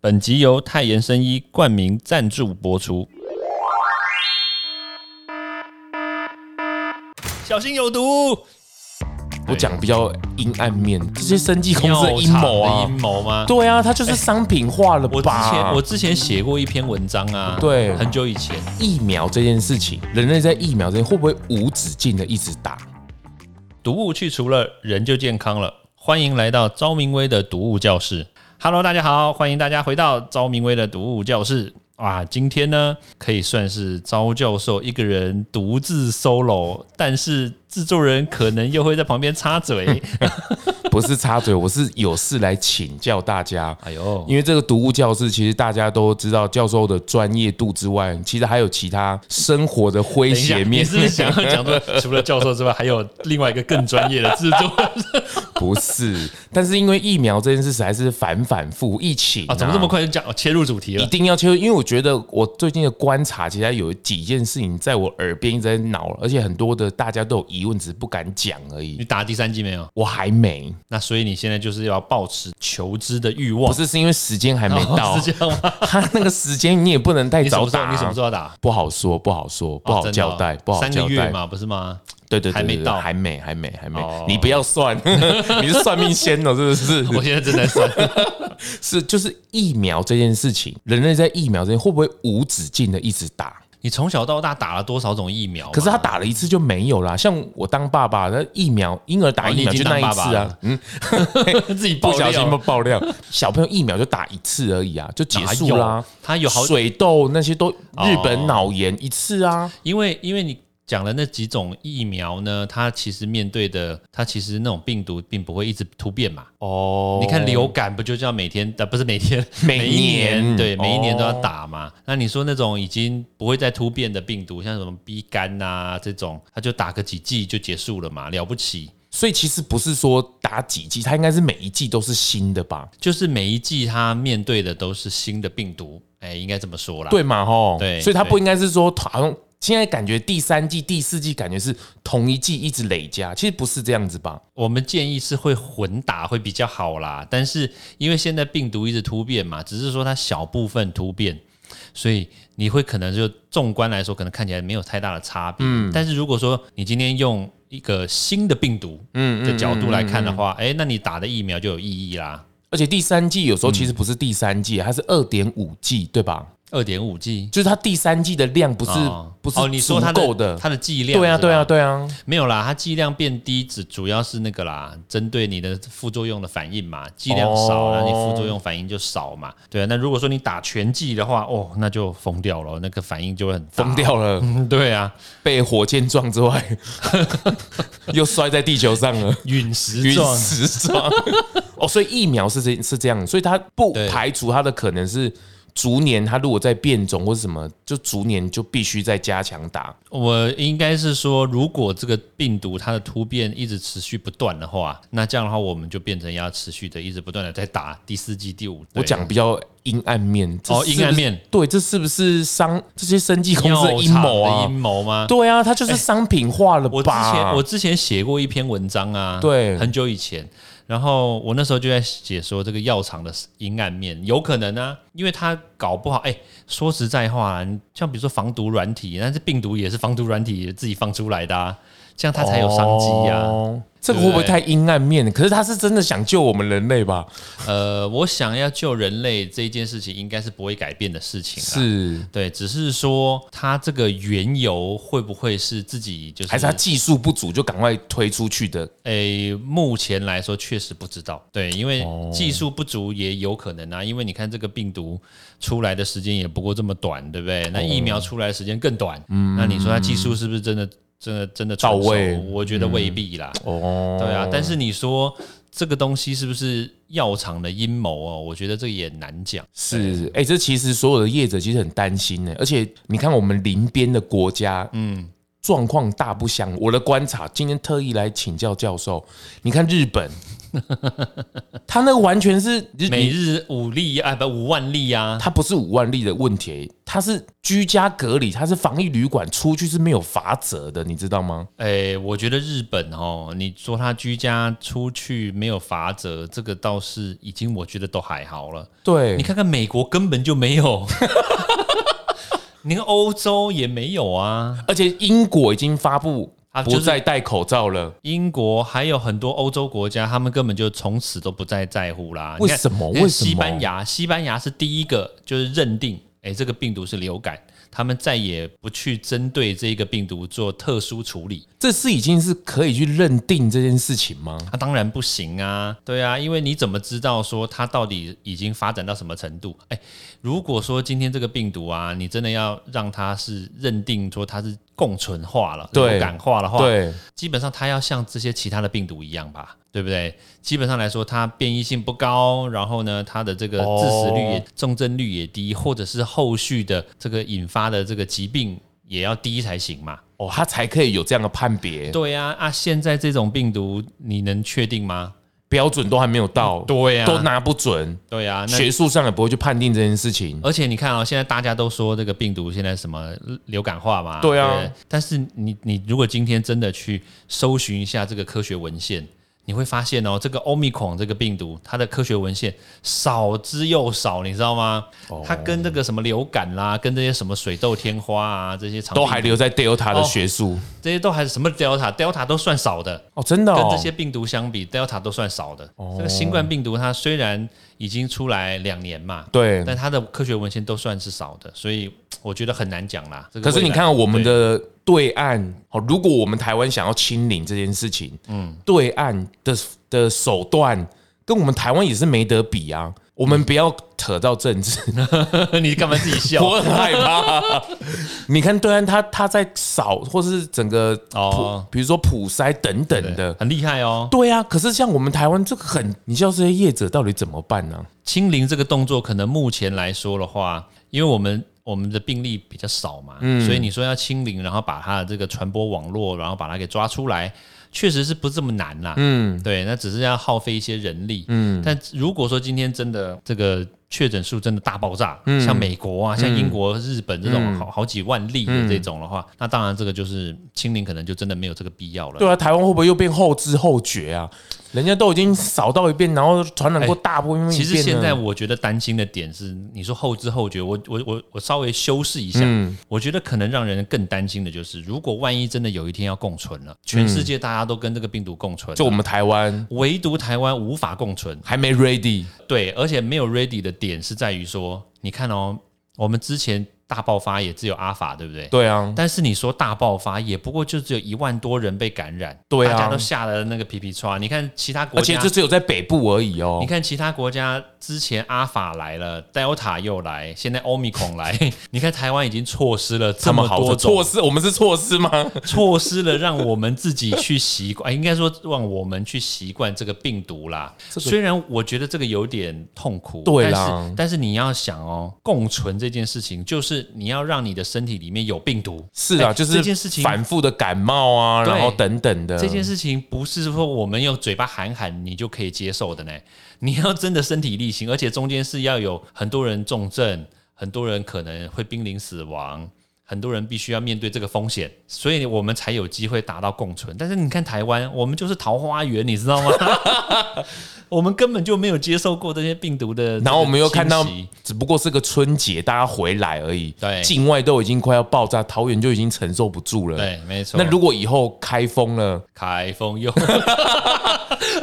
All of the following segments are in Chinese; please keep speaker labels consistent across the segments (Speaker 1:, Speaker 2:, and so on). Speaker 1: 本集由泰妍生医冠名赞助播出。小心有毒！
Speaker 2: 我讲比较阴暗面，这些生技公司啊的
Speaker 1: 药
Speaker 2: 阴谋
Speaker 1: 厂
Speaker 2: 啊
Speaker 1: 的阴，谋吗？
Speaker 2: 对啊，它就是商品化了
Speaker 1: 我之前
Speaker 2: 吧？
Speaker 1: 我之前写过一篇文章啊，
Speaker 2: 对
Speaker 1: 很久以前，
Speaker 2: 疫苗这件事情，人类在疫苗这件会不会无止境的一直 打？
Speaker 1: 毒物去除了，人就健康了。欢迎来到昭明威的毒物教室。Hello，大家好，欢迎大家回到昭明威的毒物教室。哇，今天呢可以算是昭教授一个人独自 solo，但是制作人可能又会在旁边插嘴。
Speaker 2: 不是插嘴，我是有事来请教大家。
Speaker 1: 哎呦，
Speaker 2: 因为这个读物教室，其实大家都知道教授的专业度之外，其实还有其他生活的诙
Speaker 1: 等一下
Speaker 2: 谐面
Speaker 1: 你。是不是想要讲说， 除了教授之外，还有另外一个更专业的制作 人
Speaker 2: 不是，但是因为疫苗这件事实在是反反复疫情
Speaker 1: 啊？怎么这么快就讲、哦切入主题
Speaker 2: 一
Speaker 1: 了？
Speaker 2: 定要切入，因为我觉得我最近的观察，其实有几件事情在我耳边一直在挠，而且很多的大家都有疑问，只是不敢讲而
Speaker 1: 你
Speaker 2: 已。
Speaker 1: 打第三季没有？
Speaker 2: 我还没，
Speaker 1: 那所以你现在就是要保持求知的欲
Speaker 2: 不
Speaker 1: 望，
Speaker 2: 是是因为哦时间还没 到，
Speaker 1: 是这样吗？
Speaker 2: 他那个时间你也不能太
Speaker 1: 哎你什
Speaker 2: 早
Speaker 1: 么时候？
Speaker 2: 打，啊
Speaker 1: 你什么时候要打？
Speaker 2: 不好说，不好说，不
Speaker 1: 哦
Speaker 2: 好
Speaker 1: 真的哦
Speaker 2: 交代，不好
Speaker 1: 三
Speaker 2: 交
Speaker 1: 个月
Speaker 2: 代。
Speaker 1: 嘛，不是吗？
Speaker 2: 对对对，
Speaker 1: 还没
Speaker 2: 对
Speaker 1: 到
Speaker 2: 还没，还没，还
Speaker 1: 哦
Speaker 2: 没。你不要算， 你是算命仙哦，是不
Speaker 1: 我
Speaker 2: 是？
Speaker 1: 现在正在 算，
Speaker 2: 是就是疫苗这件事情，人类在疫苗这件会不会无止境的一直打？
Speaker 1: 你从小到大打了多少种疫苗嘛？
Speaker 2: 可是他打了一次就没有啦。像我当爸爸，那疫苗婴儿打
Speaker 1: 哦你
Speaker 2: 疫
Speaker 1: 已
Speaker 2: 苗
Speaker 1: 经
Speaker 2: 就
Speaker 1: 当
Speaker 2: 那一
Speaker 1: 爸爸
Speaker 2: 次啊
Speaker 1: 了，
Speaker 2: 嗯，
Speaker 1: 自己爆
Speaker 2: 不小
Speaker 1: 料
Speaker 2: 心爆料，小朋友疫苗就打一次而已啊，就结
Speaker 1: 哪
Speaker 2: 束啦
Speaker 1: 有。他有好，
Speaker 2: 水痘那些都
Speaker 1: 哦
Speaker 2: 日本脑炎一次啊，
Speaker 1: 因为因为你讲的那几种疫苗呢，它其实面对的，它其实那种病毒并不会一直突变嘛。
Speaker 2: 哦
Speaker 1: 你看流感不就叫每天呃不是每天
Speaker 2: 每
Speaker 1: 一年
Speaker 2: 年
Speaker 1: 对每一年都要
Speaker 2: 哦
Speaker 1: 打嘛？那你说那种已经不会再突变的病毒，像什么 B 肝呐这种，它就打个几剂就结束了嘛，了不起。
Speaker 2: 所以其实不是说打几剂，它应该是每一剂都是新的吧？
Speaker 1: 就是每一季它面对的都是新的病毒，哎、应该这么说啦。
Speaker 2: 对嘛吼？
Speaker 1: 对
Speaker 2: 所以它
Speaker 1: 对
Speaker 2: 不应该是说好像现在感觉第三季、第四季感觉是同一季一直累加，其实不是这样子吧？
Speaker 1: 我们建议是会混打会比较好啦，但是因为现在病毒一直突变嘛，只是说它小部分突变，所以你会可能就纵观来说，可能看起来没有太大的差别。
Speaker 2: 嗯
Speaker 1: 但是如果说你今天用一个新的病毒
Speaker 2: 嗯
Speaker 1: 的角度来看的话，哎、那你打的疫苗就有意义啦。
Speaker 2: 而且第三季有
Speaker 1: 嗯
Speaker 2: 时候其实不是第三季，它是二点五季，对吧？
Speaker 1: 二点五剂
Speaker 2: 就是它第三季的量不是、
Speaker 1: 哦
Speaker 2: 不
Speaker 1: 哦，
Speaker 2: 是
Speaker 1: 你
Speaker 2: 足
Speaker 1: 说它
Speaker 2: 够
Speaker 1: 的它的剂量
Speaker 2: 对啊，
Speaker 1: 是吧
Speaker 2: 对啊，对啊，
Speaker 1: 没有啦，它剂量变低，只主要是那个啦，针对你的副作用的反应嘛，剂量少，
Speaker 2: 哦
Speaker 1: 那、你副作用反应就少嘛。对啊，那如果说你打全剂的话，哦，那就疯掉了，那个反应就会很大
Speaker 2: 疯。掉了，
Speaker 1: 嗯 对啊，
Speaker 2: 被火箭撞之 外，又摔在地球上了，
Speaker 1: 陨石
Speaker 2: 陨
Speaker 1: 状。
Speaker 2: 石 撞。哦，所以疫苗是这是这样，所以它不
Speaker 1: 对
Speaker 2: 排除它的可能是逐年，它如果在变种或是什么，就逐年就必须再加强打。
Speaker 1: 我应该是说，如果这个病毒它的突变一直持续不断的话，那这样的话我们就变成要持续的一直不断的在打第四季、第五。
Speaker 2: 我
Speaker 1: 对
Speaker 2: 讲比较阴暗面，这
Speaker 1: 哦
Speaker 2: 是不是
Speaker 1: 阴暗面，
Speaker 2: 对，这是不是商这些生技公司的
Speaker 1: 药
Speaker 2: 阴
Speaker 1: 厂
Speaker 2: 谋
Speaker 1: 的
Speaker 2: 啊
Speaker 1: 阴？谋吗？
Speaker 2: 对啊，它就是商品化了吧？
Speaker 1: 我之前我之前写过一篇文章啊，
Speaker 2: 对
Speaker 1: 很久以前，然后我那时候就在写说这个药厂的阴暗面，有可能啊，因为他搞不好，哎、说实在话、啊，你像比如说防毒软体，但是病毒也是防毒软体自己放出来的啊，这样它才有商机啊呀、
Speaker 2: 哦这个会不会太阴暗面？可是他是真的想救我们人类吧？
Speaker 1: 呃，我想要救人类这一件事情，应该是不会改变的事情啦。
Speaker 2: 是，
Speaker 1: 对，只啊是说它这个缘由会不会是自己就是
Speaker 2: 还是他技术不足就赶快推出去的？
Speaker 1: 诶，目前来说确实不知道，对，因为
Speaker 2: 哦
Speaker 1: 技术不足也有可能啊，因为你看这个病毒出来的时间也不过这么短，对不对？那疫
Speaker 2: 哦
Speaker 1: 苗出来的时间更短，那你说它技术是不是真的真的真的成熟
Speaker 2: 嗯到位嗯
Speaker 1: 我觉得未必啦，
Speaker 2: 哦，
Speaker 1: 对啊。但是你说这个东西是不是药厂的阴谋哦？我觉得这个也难讲。
Speaker 2: 是，哎、这其实所有的业者其实很担心呢、而且你看我们邻边的国家，嗯，状况大不相。我的观察，今天特意来请教教授，你看日本，他那个完全是你
Speaker 1: 每日五例啊，不五万例啊，
Speaker 2: 它不是五万例的问题，它是居家隔离，它是防疫旅馆，出去是没有罚则的，你知道吗？
Speaker 1: 哎，我觉得日本哦，你说他居家出去没有罚则，这个倒是已经我觉得都还好了。
Speaker 2: 对，
Speaker 1: 你看看美国根本就没有， 你看欧洲也没有啊。
Speaker 2: 而且英国已经发布
Speaker 1: 啊就
Speaker 2: 不
Speaker 1: 是
Speaker 2: 再戴口罩了，
Speaker 1: 英国还有很多欧洲国家，他们根本就从此都不再在乎啦。
Speaker 2: 为
Speaker 1: 你看
Speaker 2: 什么
Speaker 1: 你看
Speaker 2: 为什么
Speaker 1: 西班牙，西班牙是第一个就是认定，哎、这个病毒是流感，他们再也不去针对这个病毒做特殊处理。
Speaker 2: 这是已经是可以去认定这件事情吗？
Speaker 1: 那、当然不行啊，对啊，因为你怎么知道说它到底已经发展到什么程度？哎，如果说今天这个病毒啊，你真的要让它是认定说它是共存化了、
Speaker 2: 对
Speaker 1: 流感化的话，
Speaker 2: 对，
Speaker 1: 基本上它要像这些其他的病毒一样吧，对不对？基本上来说，它变异性不高，然后呢，它的这个致死率也、
Speaker 2: 哦
Speaker 1: 重症率也低，或者是后续的这个引发的这个疾病也要低才行嘛。
Speaker 2: 哦，他才可以有这样的判别
Speaker 1: 对呀、啊，啊，现在这种病毒你能确定吗？
Speaker 2: 标准，都还没有到，
Speaker 1: 对呀、
Speaker 2: 都拿不准，
Speaker 1: 对呀、那
Speaker 2: 学术上也不会去判定这件事情。
Speaker 1: 而且你看啊、现在大家都说这个病毒现在什么流感化嘛，
Speaker 2: 对啊
Speaker 1: 不但是你你如果今天真的去搜寻一下这个科学文献，你会发现哦，这个欧米孔这个病毒，它的科学文献少之又少，你知道吗？
Speaker 2: 哦
Speaker 1: 它跟这个什么流感啦、跟这些什么水痘、天花啊这些长
Speaker 2: 都还
Speaker 1: 病
Speaker 2: 留在 Delta 的
Speaker 1: 哦
Speaker 2: 学术
Speaker 1: 这些都还是什么 Delta Delta 都算少的。
Speaker 2: 哦，真的
Speaker 1: 跟
Speaker 2: 哦
Speaker 1: 这，些病毒相比，Delta 都算少的。这个新冠病毒它虽然已经出来两年嘛，
Speaker 2: 对，
Speaker 1: 但它的科学文献都算是少的，所以我觉得很难讲啦。这个
Speaker 2: 可是
Speaker 1: 未
Speaker 2: 你
Speaker 1: 来
Speaker 2: 看我们的对岸，哦，如果我们台湾想要清零这件事情，嗯，对岸的的手段跟我们台湾也是没得比啊。我们不要扯到政治，
Speaker 1: 对 你干嘛自己笑？
Speaker 2: 我很害怕。 你看对岸他他在扫，或是整个
Speaker 1: 哦
Speaker 2: 普，比如说普筛等等的。
Speaker 1: 很厉害哦！
Speaker 2: 对啊，可是像我们台湾这个很，你叫这些业者到底怎么办呢、
Speaker 1: 清零这个动作，可能目前来说的话，因为我们我们的病例比较少嘛，所以你说要清零，然后把它的这个传播网络，然后把它给抓出来，确实是不这么难啦。嗯，对，那只是要耗费一些人力。嗯，但如果说今天真的这个确诊数真的大爆炸，像美国啊、像英国、日本这种好好几万例的这种的话，那当然这个就是清零，可能就真的没有这个必要了。
Speaker 2: 对啊，台湾会不会又变后知后觉啊？人家都已经扫到一遍，然后传染过大部分一遍
Speaker 1: 其
Speaker 2: 了、
Speaker 1: 实现在我觉得担心的点是，你说后知后觉，我我我我稍微修饰一下，
Speaker 2: 嗯
Speaker 1: 我觉得可能让人更担心的就是，如果万一真的有一天要共存了，全世界大家都跟这个病毒共存了，
Speaker 2: 就我们台湾
Speaker 1: 唯独台湾无法共存。
Speaker 2: 还没 ready，
Speaker 1: 对，而且没有 ready 的点是在于说，你看哦，我们之前大爆发也只有阿法，对不对？
Speaker 2: 对啊，
Speaker 1: 但是你说大爆发，也不过就只有一万多人被感染，
Speaker 2: 对啊
Speaker 1: 大家都吓得那个皮皮抓。你看其他国
Speaker 2: 而
Speaker 1: 家，
Speaker 2: 且这只有在北部而已哦
Speaker 1: 你。看其他国家之前阿法来了，Delta 又来，现在 Omicron 来， 你看台湾已经错失了这
Speaker 2: 这
Speaker 1: 么
Speaker 2: 么好
Speaker 1: 多
Speaker 2: 的
Speaker 1: 种
Speaker 2: 措，施，我们是措施吗？
Speaker 1: 错失了让我们自己去习惯，哎应该说让我们去习惯这个病毒啦。
Speaker 2: 这个
Speaker 1: 虽然我觉得这个有点痛苦，
Speaker 2: 对
Speaker 1: 但
Speaker 2: 啦
Speaker 1: 是但是你要想哦，共存这件事情，就是你要让你的身体里面有病毒，
Speaker 2: 是啊，
Speaker 1: 哎
Speaker 2: 就是
Speaker 1: 这件事情
Speaker 2: 反复的感冒啊，
Speaker 1: 对
Speaker 2: 然后等等的。
Speaker 1: 这件事情不是说我们用嘴巴喊喊你就可以接受的呢，你要真的身体力行，而且中间是要有很多人重症，很多人可能会濒临死亡，很多人必须要面对这个风险，所以我们才有机会达到共存。但是你看台湾，我们就是桃花源，你知道 吗？我们根本就没有接受过这些病毒的这个侵袭，
Speaker 2: 然后我们又看到，只不过是个春节，大家回来而已。
Speaker 1: 对
Speaker 2: 境外都已经快要爆炸，桃园就已经承受不住了。
Speaker 1: 对，没错。
Speaker 2: 那如果以后开封了，
Speaker 1: 开封又，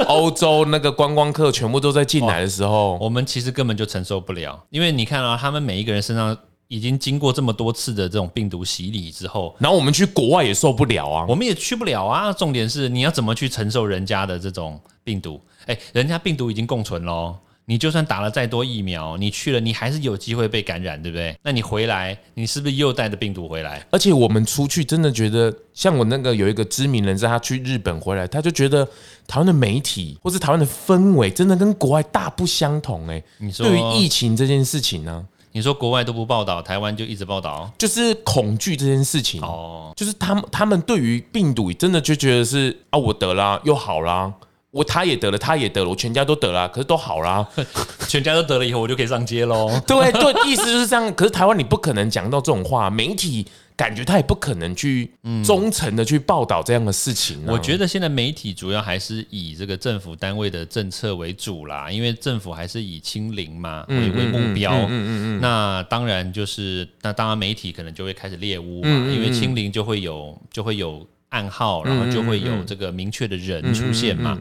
Speaker 2: 欧洲那个观光客全部都在进来的时候，
Speaker 1: 我们其实根本就承受不了，因为你看啊，他们每一个人身上已经经过这么多次的这种病毒洗礼之后，
Speaker 2: 然后我们去国外也受不了啊。
Speaker 1: 我们也去不了啊。重点是你要怎么去承受人家的这种病毒？哎，人家病毒已经共存喽。你就算打了再多疫苗，你去了你还是有机会被感染，对不对？那你回来，你是不是又带着病毒回来？
Speaker 2: 而且我们出去真的觉得，像我那个有一个知名人士，他去日本回来，他就觉得台湾的媒体或是台湾的氛围，真的跟国外大不相同、欸。
Speaker 1: 你说
Speaker 2: 对于疫情这件事情呢、
Speaker 1: 你说国外都不报道，台湾就一直报道
Speaker 2: 就是恐惧这件事情，
Speaker 1: 哦。
Speaker 2: 就是他们他们对于病毒真的就觉得是啊，我得啦，又好啦。我他也得了，他也得了，我全家都得了啊、可是都好啦、
Speaker 1: 全家都得了以后，我就可以上街喽。
Speaker 2: 对对，意思就是这样。可是台湾你不可能讲到这种话，媒体感觉他也不可能去忠诚的去报道这样的事情、啊。
Speaker 1: 嗯我觉得现在媒体主要还是以这个政府单位的政策为主啦，因为政府还是以清零嘛为
Speaker 2: 嗯
Speaker 1: 为目标。那当然就是，那当然媒体可能就会开始猎巫嘛，因为清零就会有就会有暗号，然后就会有这个明确的
Speaker 2: 嗯
Speaker 1: 人出现嘛。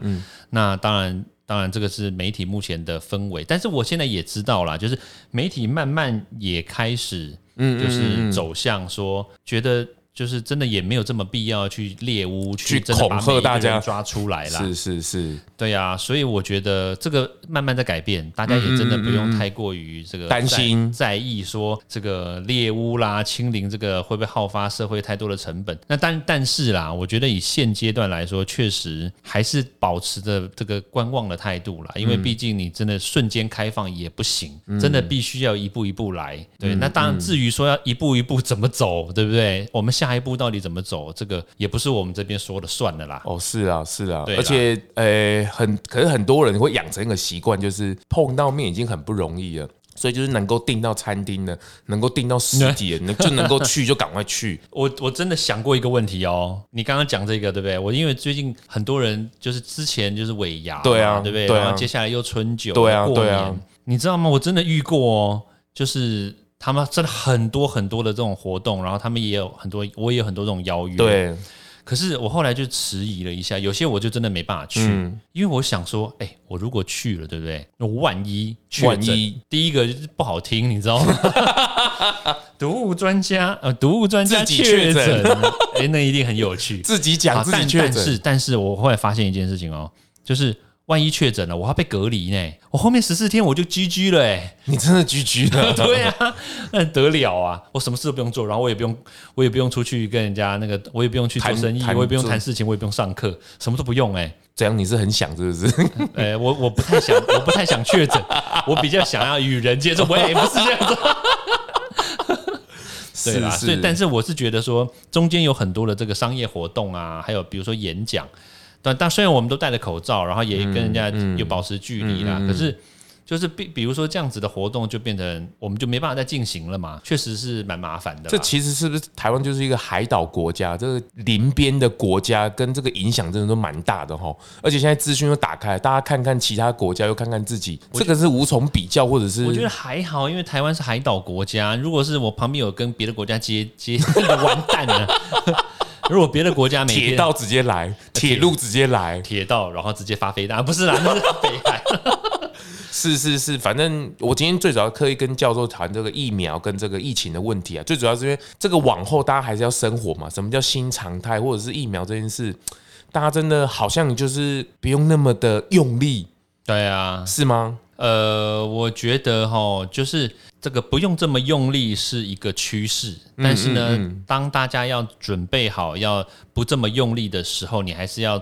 Speaker 1: 那当然。当然，这个是媒体目前的氛围，但是我现在也知道啦，就是媒体慢慢也开始，
Speaker 2: 嗯
Speaker 1: 就是走向说，觉得就是真的也没有这么必要去猎巫，
Speaker 2: 去
Speaker 1: 真的把
Speaker 2: 恐吓
Speaker 1: 每一个
Speaker 2: 大家
Speaker 1: 人抓出来啦。
Speaker 2: 是是是，
Speaker 1: 对啊，所以我觉得这个慢慢在改变，大家也真的不
Speaker 2: 嗯
Speaker 1: 用太过于这个
Speaker 2: 担心
Speaker 1: 在在意说这个猎巫啦、清零这个会不会耗发社会太多的成本。那但但是啦，我觉得以现阶段来说，确实还是保持着这个观望的态度啦，
Speaker 2: 嗯
Speaker 1: 因为毕竟你真的瞬间开放也不行，真的必须要一步一步来。对，
Speaker 2: 嗯
Speaker 1: 那当然，至于说要一步一步怎么走，对不对？我们下一步到底怎么走，这个也不是我们这边说了算的啦。
Speaker 2: 哦，是啊是啊，
Speaker 1: 对啦
Speaker 2: 而且呃，很可是很多人会养成一个习惯，就是碰到面已经很不容易了。所以就是能够订到餐厅的，能够订到
Speaker 1: 哎
Speaker 2: 实体的，就能够去就赶快 去。
Speaker 1: 我我真的想过一个问题哦，你刚刚讲这个对不对？我因为最近很多人就是之前就是尾牙嘛，
Speaker 2: 对啊
Speaker 1: 对不对？
Speaker 2: 对啊
Speaker 1: 然后接下来又春酒，
Speaker 2: 对啊
Speaker 1: 过年
Speaker 2: 对啊
Speaker 1: 你知道吗？我真的遇过哦，就是他们真的很多很多的这种活动，然后他们也有很多，我也有很多这种邀约，。
Speaker 2: 对，
Speaker 1: 可是我后来就迟疑了一下，有些我就真的没办法去，
Speaker 2: 嗯
Speaker 1: 因为我想说，哎、我如果去了，对不对？那万一确
Speaker 2: 万
Speaker 1: 诊
Speaker 2: 一
Speaker 1: 第一个就是不好听，你知 道吗？毒物专家，呃，毒物专家
Speaker 2: 自己确诊
Speaker 1: 确诊，哎、那一定很有趣。
Speaker 2: 自己 讲
Speaker 1: 啊
Speaker 2: 自己
Speaker 1: 但
Speaker 2: 确
Speaker 1: 但
Speaker 2: 诊，
Speaker 1: 是但是我后来发现一件事情哦，就是万一确诊了，我要被隔离呢，我后面十四天我就 GG 了、哎。
Speaker 2: 你真的居居 的。
Speaker 1: 对啊，那得了啊！我什么事都不用做，然后我也不用，我也不用出去跟人家那个，我也不用去做
Speaker 2: 谈
Speaker 1: 生意，
Speaker 2: 谈
Speaker 1: 我也不用
Speaker 2: 做
Speaker 1: 谈事情，我也不用上课，什么都不用哎、
Speaker 2: 怎样？你是很想是不是？
Speaker 1: 呃，我我不太想，我不太想确诊， 我比较想要与人接触。我也 不是这样子， 对啦。所以，但是我是觉得说，中间有很多的这个商业活动啊，还有比如说演讲，但但虽然我们都戴着口罩，然后也跟人家有保持距离啦，可是。就是比比如说这样子的活动就变成我们就没办法再进行了嘛，确实是蛮麻烦的啦。
Speaker 2: 这其实是不是台湾就是一个海岛国家，这个邻边的国家跟这个影响真的都蛮大的哈。而且现在资讯又打开，大家看看其他国家，又看看自己，这个是无从比较，或者是
Speaker 1: 我觉得还好，因为台湾是海岛国家，如果是我旁边有跟别的国家接接，那完蛋了。如果别的国家每
Speaker 2: 铁
Speaker 1: 天
Speaker 2: 道直接来，铁路直接来，
Speaker 1: 铁道，然后直接发飞弹，啊不是啦，那是北海。
Speaker 2: 是是是，反正我今天最主要刻意跟教授谈这个疫苗跟这个疫情的问题啊，最主要是因为这个往后大家还是要生活嘛，什么叫新常态或者是疫苗这件事，大家真的好像就是不用那么的用力，
Speaker 1: 对啊，
Speaker 2: 是吗？
Speaker 1: 呃，我觉得哈，就是这个不用这么用力是一个趋势，但是
Speaker 2: 嗯
Speaker 1: 呢，当大家要准备好要不这么用力的时候，你还是要。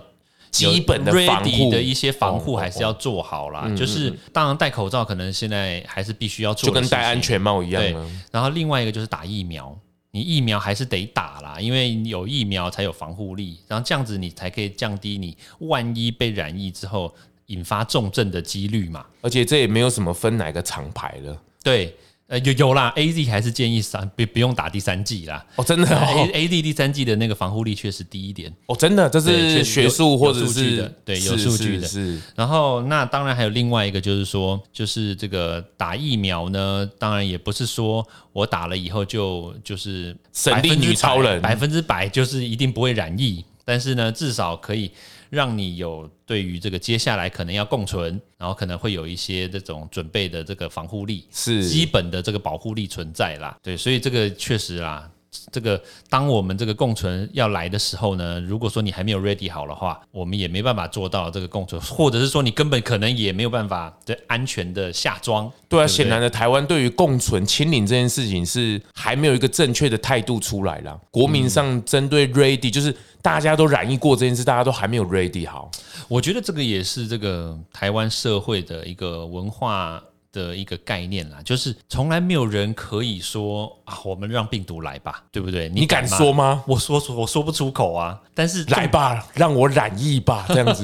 Speaker 2: 基本的防
Speaker 1: ready
Speaker 2: 护嗯
Speaker 1: 的一些防护
Speaker 2: 哦
Speaker 1: 还是要做好啦，就是当然戴口罩可能现在还是必须要做
Speaker 2: 就
Speaker 1: 的事情，
Speaker 2: 跟戴安全帽一样
Speaker 1: 对
Speaker 2: 啊。，
Speaker 1: 然后另外一个就是打疫苗，你疫苗还是得打啦，因为你有疫苗才有防护力，然后这样子你才可以降低你万一被染疫之后引发重症的几率嘛。
Speaker 2: 而且这也没有什么分哪个厂牌了。
Speaker 1: 对，呃，有有啦，A Z 还是建议三不不用打第三剂 啦。
Speaker 2: 哦，真的哦
Speaker 1: A，A D 第三季的那个防护力确实低一点，
Speaker 2: 哦，真的，这
Speaker 1: 对
Speaker 2: 是
Speaker 1: 确
Speaker 2: 学
Speaker 1: 有
Speaker 2: 术
Speaker 1: 有
Speaker 2: 或者
Speaker 1: 数据
Speaker 2: 是
Speaker 1: 的对
Speaker 2: 是
Speaker 1: 有数据的
Speaker 2: 是是
Speaker 1: 然后那当然还有另外一个就是说，就是这个打疫苗呢，当然也不是说我打了以后就就是
Speaker 2: 神力女超人
Speaker 1: 百分之百就是一定不会染疫，但是呢，至少可以让你有对于这个接下来可能要共存，然后可能会有一些这种准备的这个防护力，
Speaker 2: 是
Speaker 1: 基本的这个保护力存在啦。对，所以这个确实啦。这个，当我们这个共存要来的时候呢，如果说你还没有 ready 好的话，我们也没办法做到这个共存，或者是说你根本可能也没有办法对安全的下装。
Speaker 2: 对
Speaker 1: 不对
Speaker 2: 啊，显然的，台湾对于共存、清零这件事情是还没有一个正确的态度出来啦。国民
Speaker 1: 嗯
Speaker 2: 上针对 ready，、就是大家都染疫过这件事，大家都还没有 ready 好。
Speaker 1: 我觉得这个也是这个台湾社会的一个文化的一个概念啦，就是从来没有人可以说啊，我们让病毒来吧，对不对？
Speaker 2: 你敢说
Speaker 1: 吗？
Speaker 2: 吗？
Speaker 1: 我说出我说不出口啊，但是
Speaker 2: 来，吧，让我染疫 吧，这样子，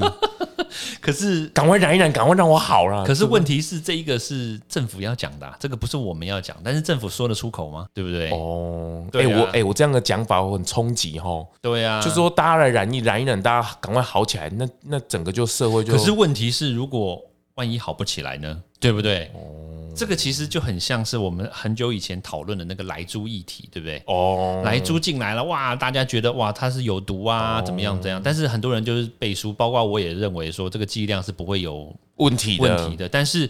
Speaker 1: 可是
Speaker 2: 赶快染一染，赶快让我好了。
Speaker 1: 啊可是问题是，这一个是政府要讲的啊、这个不是我们要讲，但是政府说得出口吗？对不对？
Speaker 2: 哦，哎、
Speaker 1: 对啊
Speaker 2: 我哎、我这样的讲法我很冲击哈，
Speaker 1: 对啊，
Speaker 2: 就说大家来染疫，染一染，大家赶快好起来，那那整个就社会就
Speaker 1: 可是问题是，如果万一好不起来呢？对不对？
Speaker 2: 哦
Speaker 1: 这个其实就很像是我们很久以前讨论的那个莱猪议题，对不对？
Speaker 2: 哦，
Speaker 1: 莱猪进来了，哇，大家觉得哇它是有毒啊，怎么样怎么样？但是很多人就是背书，包括我也认为说这个剂量是不会有
Speaker 2: 问题的
Speaker 1: 问题的。但是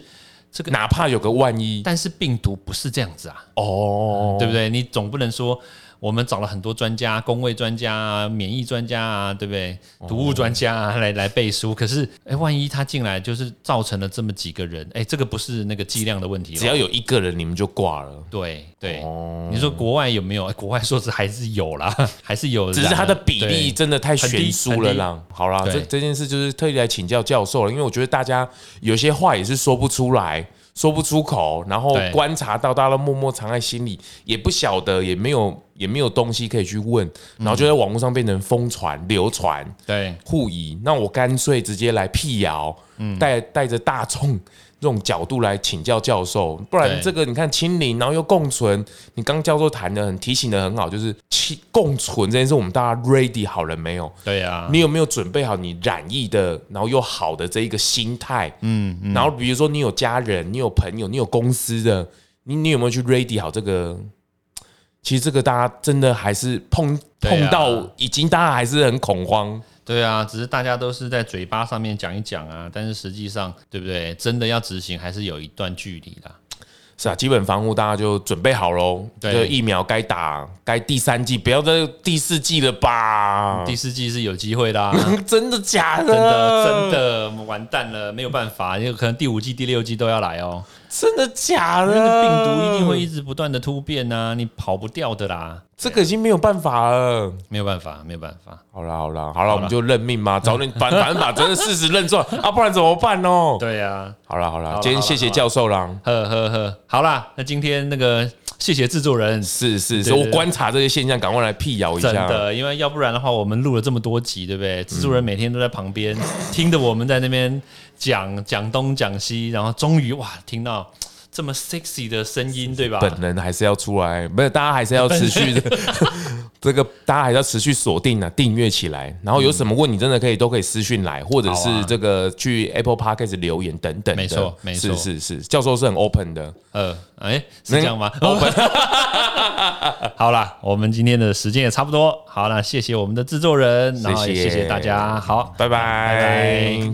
Speaker 1: 这个，
Speaker 2: 哪怕有个万一
Speaker 1: 但是病毒不是这样子啊，
Speaker 2: 哦，
Speaker 1: 对不对？你总不能说我们找了很多专家，工卫专家啊、免疫专家啊，对不对？毒物专家啊，来来背书。可是，哎，万一他进来就是造成了这么几个人，哎，这个不是那个剂量的问题了。哦
Speaker 2: 只要有一个人，你们就挂了。
Speaker 1: 对对，
Speaker 2: 哦
Speaker 1: 你说国外有没有？哎国外说是还是有啦，还是有人啊，
Speaker 2: 只是它的比例
Speaker 1: 对
Speaker 2: 真的太悬殊了
Speaker 1: 很
Speaker 2: 啦。好啦，
Speaker 1: 对
Speaker 2: 这这件事就是特意来请教教授了，因为我觉得大家有些话也是说不出来。说不出口，然后
Speaker 1: 对
Speaker 2: 观察到大家都默默藏在心里，也不晓得，也没有也没有东西可以去问，然后就在网络上变成疯传、流传、
Speaker 1: 对
Speaker 2: 互疑。那我干脆直接来辟谣，
Speaker 1: 嗯
Speaker 2: 带带着大众这种角度来请教教授，不然
Speaker 1: 对
Speaker 2: 这个你看清零，然后又共存，你刚教授谈的很提醒的很好，就是清共存这件事，我们大家 ready 好了没有？
Speaker 1: 对啊，
Speaker 2: 你有没有准备好你染疫的，然后又好的这一个心态？嗯，然后比如说你有家人，你有朋友，你有公司的，你你有没有去
Speaker 1: 嗯
Speaker 2: ready 好这个？其实这个大家真的还是碰
Speaker 1: 对啊
Speaker 2: 碰到，已经大家还是很恐慌。
Speaker 1: 对啊，只是大家都是在嘴巴上面讲一讲啊，但是实际上，对不对？真的要执行还是有一段距离啦。
Speaker 2: 是啊，基本防护大家就准备好喽，
Speaker 1: 对
Speaker 2: 就疫苗该打，该第三季，不要再第四季了吧？
Speaker 1: 第四季是有机会的啊。
Speaker 2: 真的假的？
Speaker 1: 真的真的，我们完蛋了，没有办法，有可能第五季、第六季都要来哦。
Speaker 2: 真的假的？
Speaker 1: 因为这病毒一定会一直不断的突变呐、你跑不掉的啦，
Speaker 2: 这个已经没有办法了。
Speaker 1: 没有办法，没有办法。
Speaker 2: 好啦好啦好啦，我们就认 命嘛，早点反反正把真的事实认出来啊，不然怎么办哦？
Speaker 1: 对呀、
Speaker 2: 好啦好啦
Speaker 1: 啦，
Speaker 2: 今天
Speaker 1: 好啦
Speaker 2: 谢谢教授啦。
Speaker 1: 呵呵呵，好啦，那今天那个谢谢制作人，
Speaker 2: 是是是，
Speaker 1: 对对
Speaker 2: 我
Speaker 1: 对
Speaker 2: 观察这些现象，赶快来辟谣一
Speaker 1: 真
Speaker 2: 下。
Speaker 1: 的，因为要不然的话，我们录了这么多集，对不对？制作人每天都在旁边、听着我们在那边讲讲东讲西，然后终于哇，听到这么 sexy 的声音，对吧？
Speaker 2: 本人还是要出来，不是大家还是要持续的， 这个大家还是要持续锁定啊，订阅起来。然后有什么问你真的可以都可以私讯来，或者是
Speaker 1: 好啊
Speaker 2: 这个去 Apple Podcast 留言等等的。
Speaker 1: 没错没错
Speaker 2: 是是是，教授是很 open 的。
Speaker 1: 呃，哎、是这样吗？哦 好啦，我们今天的时间也差不多。好啦，谢谢我们的制作人，然后也谢谢大家。好，
Speaker 2: 拜拜。
Speaker 1: 拜